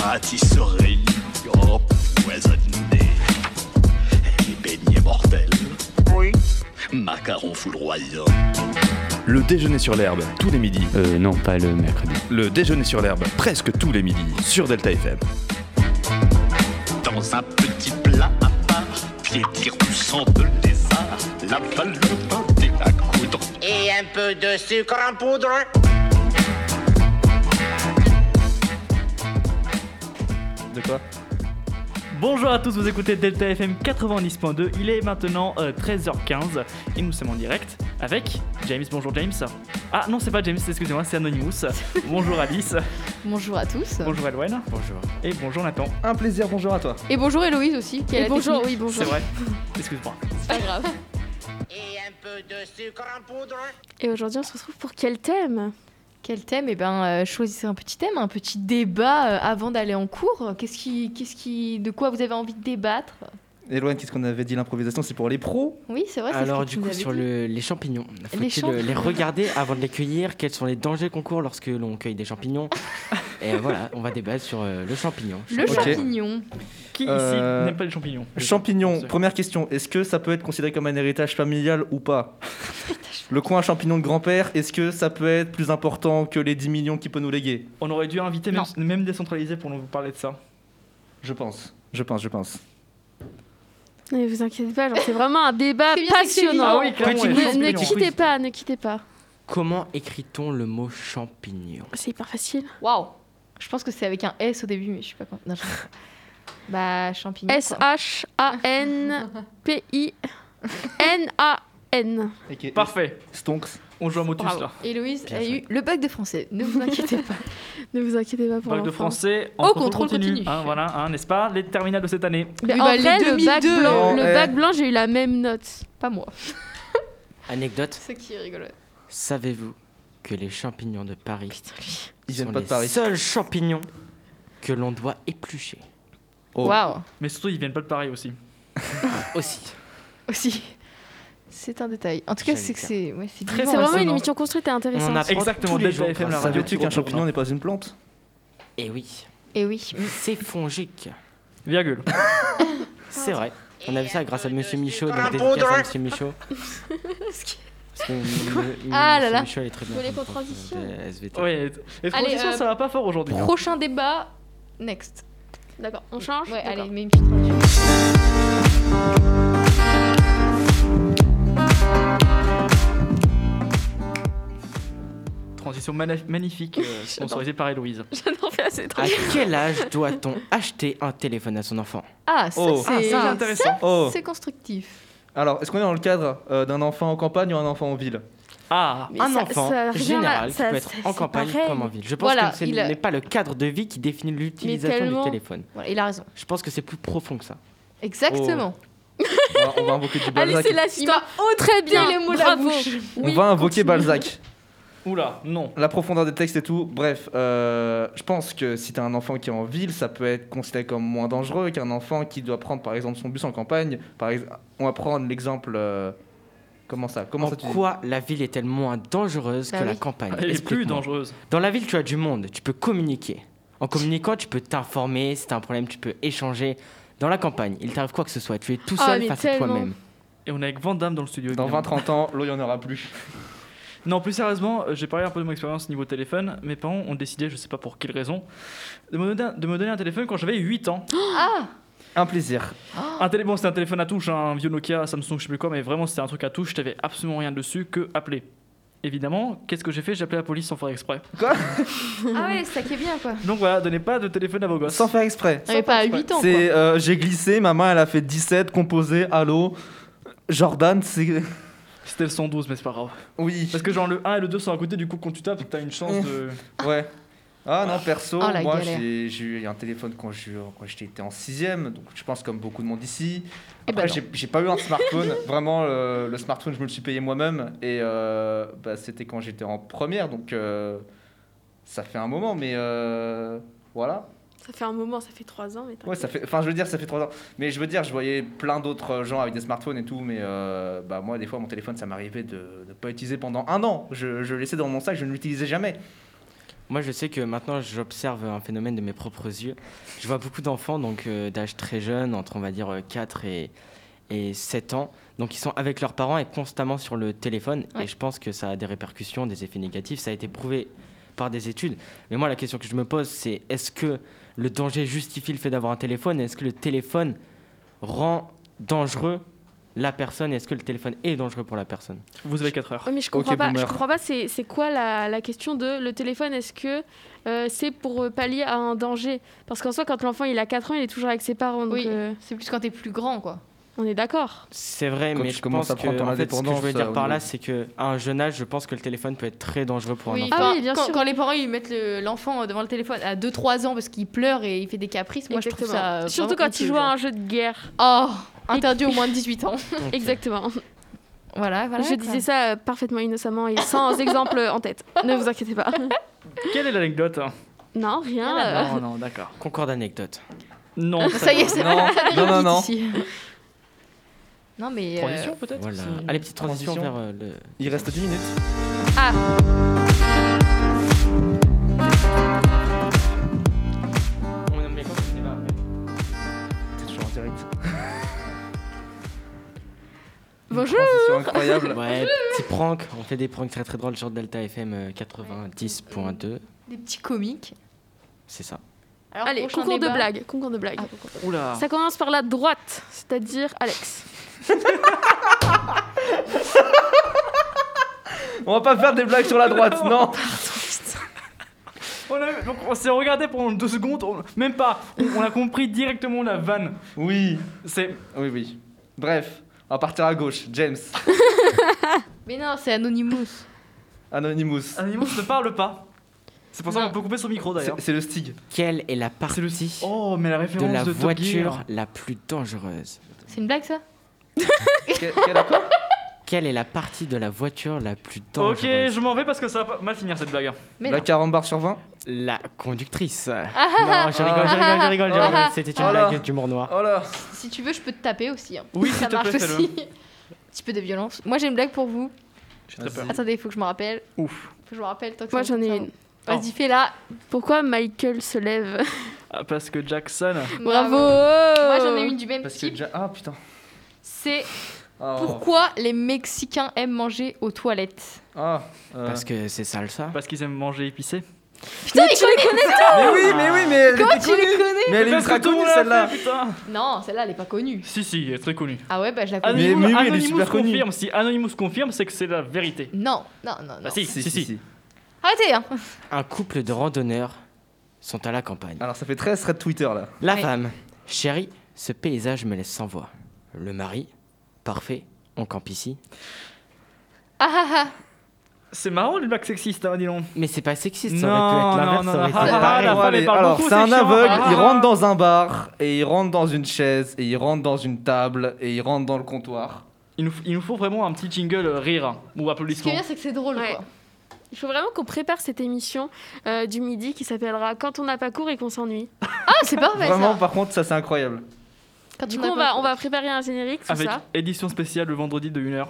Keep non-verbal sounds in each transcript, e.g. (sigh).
Bâtisse Aurélie, empoisonnée. Les beignets mortels. Oui. Macarons foudroyants. Le déjeuner sur l'herbe, tous les midis. Euh, non, pas le mercredi. Le déjeuner sur l'herbe, presque tous les midis, sur Delta FM. Dans un petit plat à part, piétir du sang de lézard, la balle de pain à coudre. Et un peu de sucre en poudre. De quoi Bonjour à tous, vous écoutez Delta FM 90.2, il est maintenant euh, 13h15 et nous sommes en direct avec James. Bonjour James. Ah non, c'est pas James, excusez-moi, c'est (laughs) Anonymous. bonjour Alice, Bonjour à tous. bonjour Elwen. Bonjour. Et bonjour Nathan. Un plaisir, bonjour à toi. Et bonjour Héloïse aussi. Qui a Et la bonjour, technique. oui, bonjour. C'est vrai, excuse-moi. C'est pas grave. Et un peu de sucre en poudre. Et aujourd'hui, on se retrouve pour quel thème (laughs) Quel thème Eh ben, euh, choisissez un petit thème, un petit débat euh, avant d'aller en cours. Qu'est-ce qui, qu'est-ce qui, de quoi vous avez envie de débattre Éloigne, qu'est-ce qu'on avait dit L'improvisation, c'est pour les pros Oui, c'est vrai. c'est ce Alors que tu du nous coup avais sur dit. le- les champignons, faut-il euh, Les les, champignons. regarder avant de les cueillir Quels sont les dangers qu'on court lorsque l'on cueille des (laughs) champignons Et euh, voilà, on va débattre sur euh, le champignon. Le Ok. champignon. Qui Euh, ici n'aime pas les champignons Champignons, Bien sûr. première question. Est-ce que ça peut être considéré comme un héritage familial ou pas Le coin à champignons de grand-père, est-ce que ça peut être plus important que les 10 millions qu'il peut nous léguer On aurait dû inviter même, même décentralisé pour nous parler de ça. Je pense, je pense, je pense. Non, mais vous inquiétez pas, genre, c'est vraiment un Ce débat qui est bien, c'est que c'est passionnant. évident. oui, Ne- clairement, il y a des ne, champignons. quittez pas, ne quittez pas. Comment écrit-on le mot champignon C'est hyper facile. Waouh. Je pense que c'est avec un S au début, mais je suis pas con. Non, je- bah, champignon. quoi. S-H-A-N-P-I-N-A-N. Parfait, Stonks. on joue à Motus Bravo. là. Héloïse Bien a fait. eu le bac de français. Ne vous inquiétez (laughs) pas. Ne vous inquiétez pas pour Bac de l'enfant. français, en Au contrôle, contrôle continu. continu. Hein, voilà, hein, n'est-ce pas Les terminales de cette année. Mais Oui, en bah, les vrai, le bac 2002, blanc, hein, le eh. bac blanc, j'ai eu la même note. Pas moi. Anecdote, C'est qui est rigolo. savez-vous que les champignons de Paris Ils sont viennent pas les de Paris. seuls champignons que l'on doit éplucher Oh. Waouh. Mais surtout, ils viennent pas de Paris aussi. Aussi. Aussi. C'est un détail. En tout cas, J'allais c'est que dire. c'est ouais, c'est Très sympa. vivant, C'est vraiment une Passionnant. émission construite et On en intéressante. apprend Exactement, tous les Delta jours. FM, grâce la à radio. vous. Savais-tu qu'un champignon n'est pas une plante hein. Eh oui, Et oui. c'est fongique. Virgule. (laughs) C'est vrai. On avait ça grâce à Monsieur Michaud, euh, Un donc bon dédicace à drap. Monsieur Michaud. Parce que m- m- Ah Monsieur là là. Michaud, elle est très bien. voulez comme qu'on prof de transitionne SVT. Ouais, les transitions, euh, ça va pas fort aujourd'hui. (laughs) Prochain débat. Next. D'accord, on change Ouais, D'accord. allez, (laughs) mets une petite transition. Transition manif- (laughs) magnifique, euh, sponsorisée par Héloïse. J'en fais assez trop. À quel âge doit-on acheter un téléphone à son enfant Ah, ça, Oh. Ah, c'est ça, intéressant. Oh c'est constructif. Alors, est-ce qu'on est dans le cadre euh, d'un enfant en campagne ou un enfant en ville Ah, Mais Un ça- enfant ça a rien à- général qui ça- peut être c'est- en c'est campagne pareil. comme en ville. Je pense Voilà, que ce il a- n'est pas le cadre de vie qui définit l'utilisation du tellement. téléphone. Voilà, il a raison. Je pense que c'est plus profond que ça. Exactement. on va, on va invoquer du Allez, Balzac. c'est la suite. Oh, très bien. les mots de la Bravo. bouche. on va invoquer Balzac. oula, non. La profondeur des textes et tout, bref, euh, je pense que si t'as un enfant qui est en ville, ça peut être considéré comme moins dangereux qu'un enfant qui doit prendre par exemple son bus en campagne. Par ex- on va prendre l'exemple. euh, comment ça Comment en ça tu dis quoi la ville est-elle moins dangereuse Bah que la oui. campagne Elle est plus Explique-moi. dangereuse. Dans la ville, tu as du monde, tu peux communiquer. En communiquant, tu peux t'informer, si t'as un problème, tu peux échanger. Dans la campagne, il t'arrive quoi que ce soit, tu es tout Ah, seul mais face à tellement. toi-même. Et on est avec Vandame dans le studio. Dans évidemment. 20-30 ans, l'eau, il n'y en aura plus. Non, plus sérieusement, euh, j'ai parlé un peu de mon expérience niveau téléphone. Mes parents ont décidé, je sais pas pour quelle raison, de me donner, de me donner un téléphone quand j'avais 8 (gasps) ans. Ah, Un plaisir. Un télé, bon, c'était un téléphone à touche, hein, un vieux Nokia, Samsung, je sais plus quoi, mais vraiment c'était un truc à touche, t'avais absolument rien dessus que appeler. Évidemment, qu'est-ce que j'ai fait J'ai appelé la police sans faire exprès. ah ouais, ça qui est bien quoi. Donc voilà, donnez pas de téléphone à vos gosses. Sans faire exprès. Mais pas à 8 ans quoi. C'est, euh, J'ai glissé, ma main, elle a fait 17, composé, allô. Jordan, c'est. (laughs) C'était le 112, mais c'est pas grave. Oui. Parce que genre le 1 et le 2 sont à côté, du coup quand tu tapes, t'as une chance Eh. de... Ouais. Ah non, perso, Oh, la moi galère. j'ai j'ai eu un téléphone quand je- quand j'étais en 6ème, donc je pense comme beaucoup de monde ici. Eh ben Après, j'ai j'ai pas eu (laughs) un smartphone, vraiment euh, le smartphone je me le suis payé moi-même et euh, bah, c'était quand j'étais en première, donc euh, ça fait un moment, mais euh, voilà. Ça fait un moment, ça fait trois ans. Mais Ouais, ça fait, enfin je veux dire, ça fait 3 ans. Mais je veux dire, je voyais plein d'autres gens avec des smartphones et tout, mais euh, bah, moi des fois mon téléphone ça m'arrivait de ne pas utiliser pendant un an. Je, je le laissais dans mon sac, je ne l'utilisais jamais. Moi, je sais que maintenant, j'observe un phénomène de mes propres yeux. Je vois beaucoup d'enfants, donc euh, d'âge très jeune, entre on va dire euh, 4 et, et 7 ans. Donc, ils sont avec leurs parents et constamment sur le téléphone. Ouais. Et je pense que ça a des répercussions, des effets négatifs. Ça a été prouvé par des études. Mais moi, la question que je me pose, c'est est-ce que le danger justifie le fait d'avoir un téléphone Est-ce que le téléphone rend dangereux la personne Est-ce que le téléphone est dangereux pour la personne Vous avez 4 heures. Oui, Oh, mais je comprends Ok, pas. Je boomer. comprends pas. C'est c'est quoi la, la question de le téléphone Est-ce que euh, c'est pour euh, pallier à un danger Parce qu'en soi, quand l'enfant il a 4 ans, il est toujours avec ses parents. Donc Oui. euh, C'est plus quand t'es plus grand, quoi. on est d'accord. C'est vrai, Quand mais tu je commences pense à que, prendre ton en fait, ce que je voulais indépendance, dire par euh, là, oui. c'est qu'à un jeune âge, je pense que le téléphone peut être très dangereux pour un enfant. Ah enfin, oui, bien quand, sûr. quand les parents ils mettent le- l'enfant devant le téléphone à 2-3 ans parce qu'il pleure et il fait des caprices, moi je trouve ça. euh, Surtout vraiment quand il honteux, joue à genre. un jeu de guerre. Oh, interdit au moins de 18 ans. (laughs) Donc, Exactement. Voilà, voilà. je disais ça euh, parfaitement innocemment (laughs) et sans exemple en tête. Ne vous inquiétez pas. (laughs) Quelle est l'anecdote hein Non, rien. euh, Ah, Non, non, d'accord. euh, Concours d'anecdotes. Non. Ah, Ça y est, c'est Non, (laughs) non, non, non. Non, mais. euh, Transition peut-être Voilà. Si- Allez, petite transition, Transition. vers euh, le. Il reste 10 minutes. C'est toujours en direct. Bonjour. Transition incroyable. Ouais, petit prank. On fait des pranks très très drôles sur Delta FM euh, 90.2. Des petits comiques. C'est ça. Alors, Allez, prochain concours de débat. blagues. Concours de blagues. Ah, Oula. Ça commence par la droite, c'est-à-dire Alex. On va pas faire des blagues sur (laughs) la droite, non. On a- donc on s'est regardé pendant deux secondes, on- même pas. On, on a compris directement la vanne. Oui, C'est oui, oui. Bref, on va partir à gauche. James, Mais non, c'est Anonymous. Anonymous. Anonymous ne parle pas. C'est pour ça Non. qu'on peut couper son micro d'ailleurs. C'est- C'est le Stig. Quelle est la partie Oh, mais la de référence la de hein. Top voiture Gear. la plus dangereuse C'est une blague, ça Quel- quel accord Quelle est la partie de la voiture la plus Ok, dangereuse je m'en vais parce que ça va pas mal finir cette blague. Mais La non. 40 barres sur 20 La conductrice. Ah. non, je rigole, je rigole, je rigole. je rigole. C'était une Ah là. blague d'humour noir. Oh là Si tu veux, je peux te taper aussi. hein. Oui, s'il ça te marche plaît, fais-le. aussi. (laughs) Petit peu de violence. Moi, j'ai une blague pour vous. J'ai très peur. Attendez, il faut que je me rappelle. Ouf. Faut que je me rappelle. Tant que Moi, ça- j'en ai ça- une. Vas-y, fais-la. Pourquoi Michael se lève Ah, parce que Jackson. Bravo. Moi, j'en ai une du même Parce que type. déjà. Ah putain. C'est Ah, pourquoi les Mexicains aiment manger aux toilettes. Ah, euh, Parce que c'est sale ça. Parce qu'ils aiment manger épicé. Putain, ils connaissent Mais oui, mais oui, mais elle Comment était tu les connue. connais Mais elle est Parce ultra que tout le connue monde l'a celle-là. fait, putain. Non, celle-là, elle est pas connue. Si, si, elle est très connue. Ah ouais, bah je la connais. Anonymous, mais oui, elle est Anonymous super connue. confirme. Si Anonymous confirme, c'est que c'est la vérité. Non, non, non, non. Bah si, si, si. Arrêtez, hein. Un couple de randonneurs sont à la campagne. Ah. Alors ça fait 13 threads Twitter là. La Ouais. femme. Chérie, ce paysage me laisse sans voix. Le mari. Parfait, on campe ici. Ah ah C'est marrant les blagues sexistes, hein, dis donc. Mais c'est pas sexiste, ça aurait pu Non, être non, l'inverse. non, ça non. aurait été Ah, pareil. ah, la Bon, femme, elle allez, parle alors, beaucoup, c'est c'est un chiant. aveugle, Ah. il rentre dans un bar, et il rentre dans une chaise, et il rentre dans une table, et il rentre dans le comptoir. Il nous, il nous faut vraiment un petit jingle euh, rire hein, ou Ce qui est applaudissement. bien, c'est que c'est drôle, Ouais. quoi. Il faut vraiment qu'on prépare cette émission euh, du midi qui s'appellera Quand on n'a pas cours et qu'on s'ennuie. Ah, c'est parfait, Vraiment, ça. par contre, ça c'est incroyable. Quand Du on coup, a on pas- va, on va préparer un générique, tout Avec ça. édition spéciale le vendredi de 1h.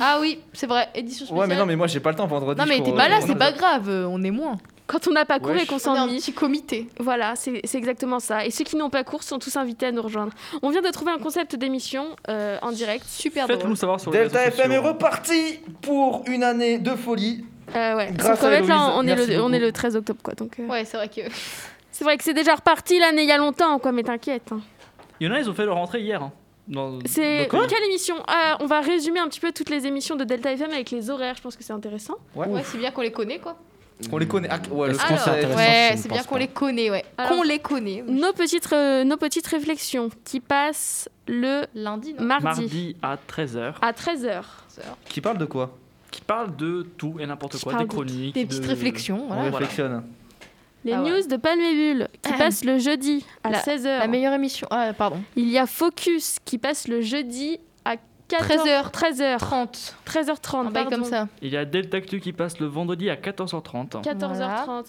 Ah oui, c'est vrai, édition spéciale. Ouais, mais non, mais moi j'ai pas hein. le temps vendredi. Non, je mais cours t'es au- pas là, au- c'est pas grave, euh, on est moins. Quand on n'a pas cours Wesh. et qu'on On est un s'ennuie. petit comité. Voilà, c'est c'est exactement ça. Et ceux qui n'ont pas cours sont tous invités à nous rejoindre. On vient de trouver un concept d'émission euh, en direct. Super drôle. Faites-nous savoir sur les Delta réseaux FM est sociaux. reparti pour une année de folie. Euh, ouais. Grâce Sauf qu'en à fait, là, Héloïse. on est, Merci le, on beaucoup. est le 13 octobre, quoi. Donc, euh, Ouais, c'est vrai que. C'est vrai que c'est déjà reparti l'année il y a longtemps, quoi, mais t'inquiète. hein. Il y en a, ils ont fait leur rentrée hier. hein, dans- C'est dans Covid. quelle émission Ah, On va résumer un petit peu toutes les émissions de Delta FM avec les horaires, je pense que c'est intéressant. Ouais, c'est bien qu'on les connaît, quoi. On les connaît. Ah, ouais, le Est-ce qu'on français. s'intéresse Intéressant, Ouais, je ne c'est pense bien qu'on pas. les connaît, ouais. Alors- Qu'on les connaît. oui. Nos petites, euh, nos petites réflexions qui passent le Lundi, non mardi, Ah. Mardi à 13h. à 13h. Qui parle de quoi Qui parle de tout et n'importe Qui quoi. parle Des de chroniques. Des petites de- réflexions, On voilà. voilà. réflexionne. Les Ah ouais. news de Palmébule qui Ah. passent le jeudi à La- 16h. La meilleure émission. Ah, pardon. Il y a Focus qui passe le jeudi à 14h. 13h. 13h. 30. 13h30. Un bail comme ça. Il y a Deltactu qui passe le vendredi à 14h30. 14h30. Voilà.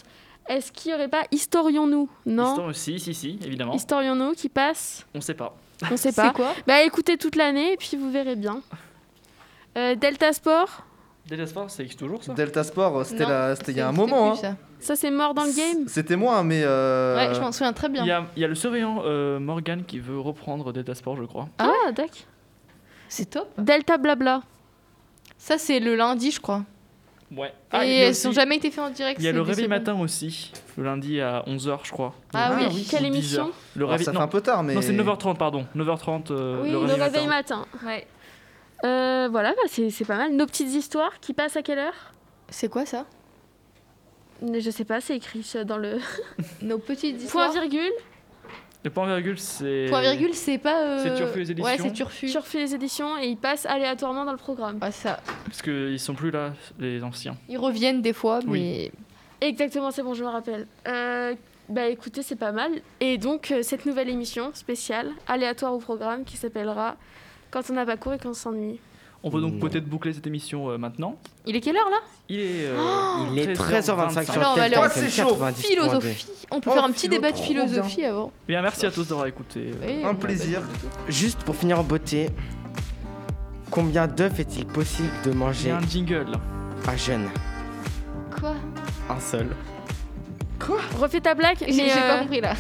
Est-ce qu'il n'y aurait pas Historions-nous Non. Histoire aussi, si, si, évidemment. Historions-nous qui passe On sait pas. On sait C'est pas. quoi Bah écoutez toute l'année et puis vous verrez bien. Euh, Delta Sport Delta Sport, ça existe toujours ça Delta Sport, c'était Non, là- c'était il y a un c'est- moment. c'était hein. plus Ça, c'est mort dans le game. C'était moi, mais. euh, ça. Ouais, je m'en souviens très bien. Il y, a, il y a le surveillant euh, Morgan qui veut reprendre Delta Sport, je crois. Ah. Ah, d'accord. C'est top. Delta Blabla. Ça, c'est le lundi, je crois. Ouais. Ah, Et elles n'ont jamais été faites en direct. Il y a c'est le des réveil secondes. matin aussi, le lundi à 11h, je crois. Ah Ah oui. oui. Quelle Ou 10 heures. émission Le alors, réveil, Ah, ça fait non, un peu tard, mais. non, c'est 9h30, pardon. 9h30, Ah euh, Oui, le nos réveil matin. réveils matin. Ouais. Euh, voilà, bah, c'est c'est pas mal. Nos petites histoires qui passent à quelle heure C'est quoi ça Je sais pas, c'est écrit ça dans le Nos petites point histoires. virgule Le point virgule, c'est... Point virgule, c'est pas. euh, C'est Turfu les Ouais, éditions. c'est Turfu. sur les éditions et ils passent aléatoirement dans le programme. Ouais, ça. Parce qu'ils sont plus là, les anciens. Ils reviennent des fois, mais Oui. Exactement, c'est bon, je me rappelle. Euh, bah écoutez, c'est pas mal. Et donc, euh, cette nouvelle émission spéciale, aléatoire au programme, qui s'appellera Quand on n'a pas cours et qu'on s'ennuie. On peut donc Non. peut-être boucler cette émission euh, maintenant. il est quelle heure là Oh Il est... euh, Il est 13h25 sur Alors, on va Delta leur- FM Oh, c'est chaud. 90.2. Philosophie. On peut Oh, faire un petit philo, débat de trop philosophie avant. Bien, merci à tous d'avoir écouté. Oui, on Un a- plaisir. Juste pour finir en beauté, combien d'œufs est-il possible de J'ai manger un jingle. à jeune Quoi Un seul. Refais ta blague, J'ai mais j'ai pas euh, compris là.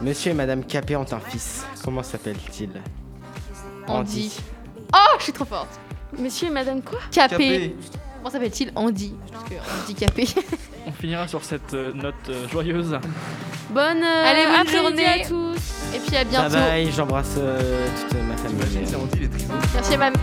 Monsieur et Madame Capet ont un fils. Comment s'appelle-t-il Andy. Oh, je suis trop forte. monsieur et madame quoi Capé. Comment s'appelle-t-il Andy. Parce que Andy Capé. (laughs) On finira sur cette euh, note euh, joyeuse. Bonne, euh, Allez, bonne après-midi journée. à tous Et puis à Bye bientôt. bye, j'embrasse euh, toute ma famille. Imagine, c'est Andy, il est triste. Merci, Mam.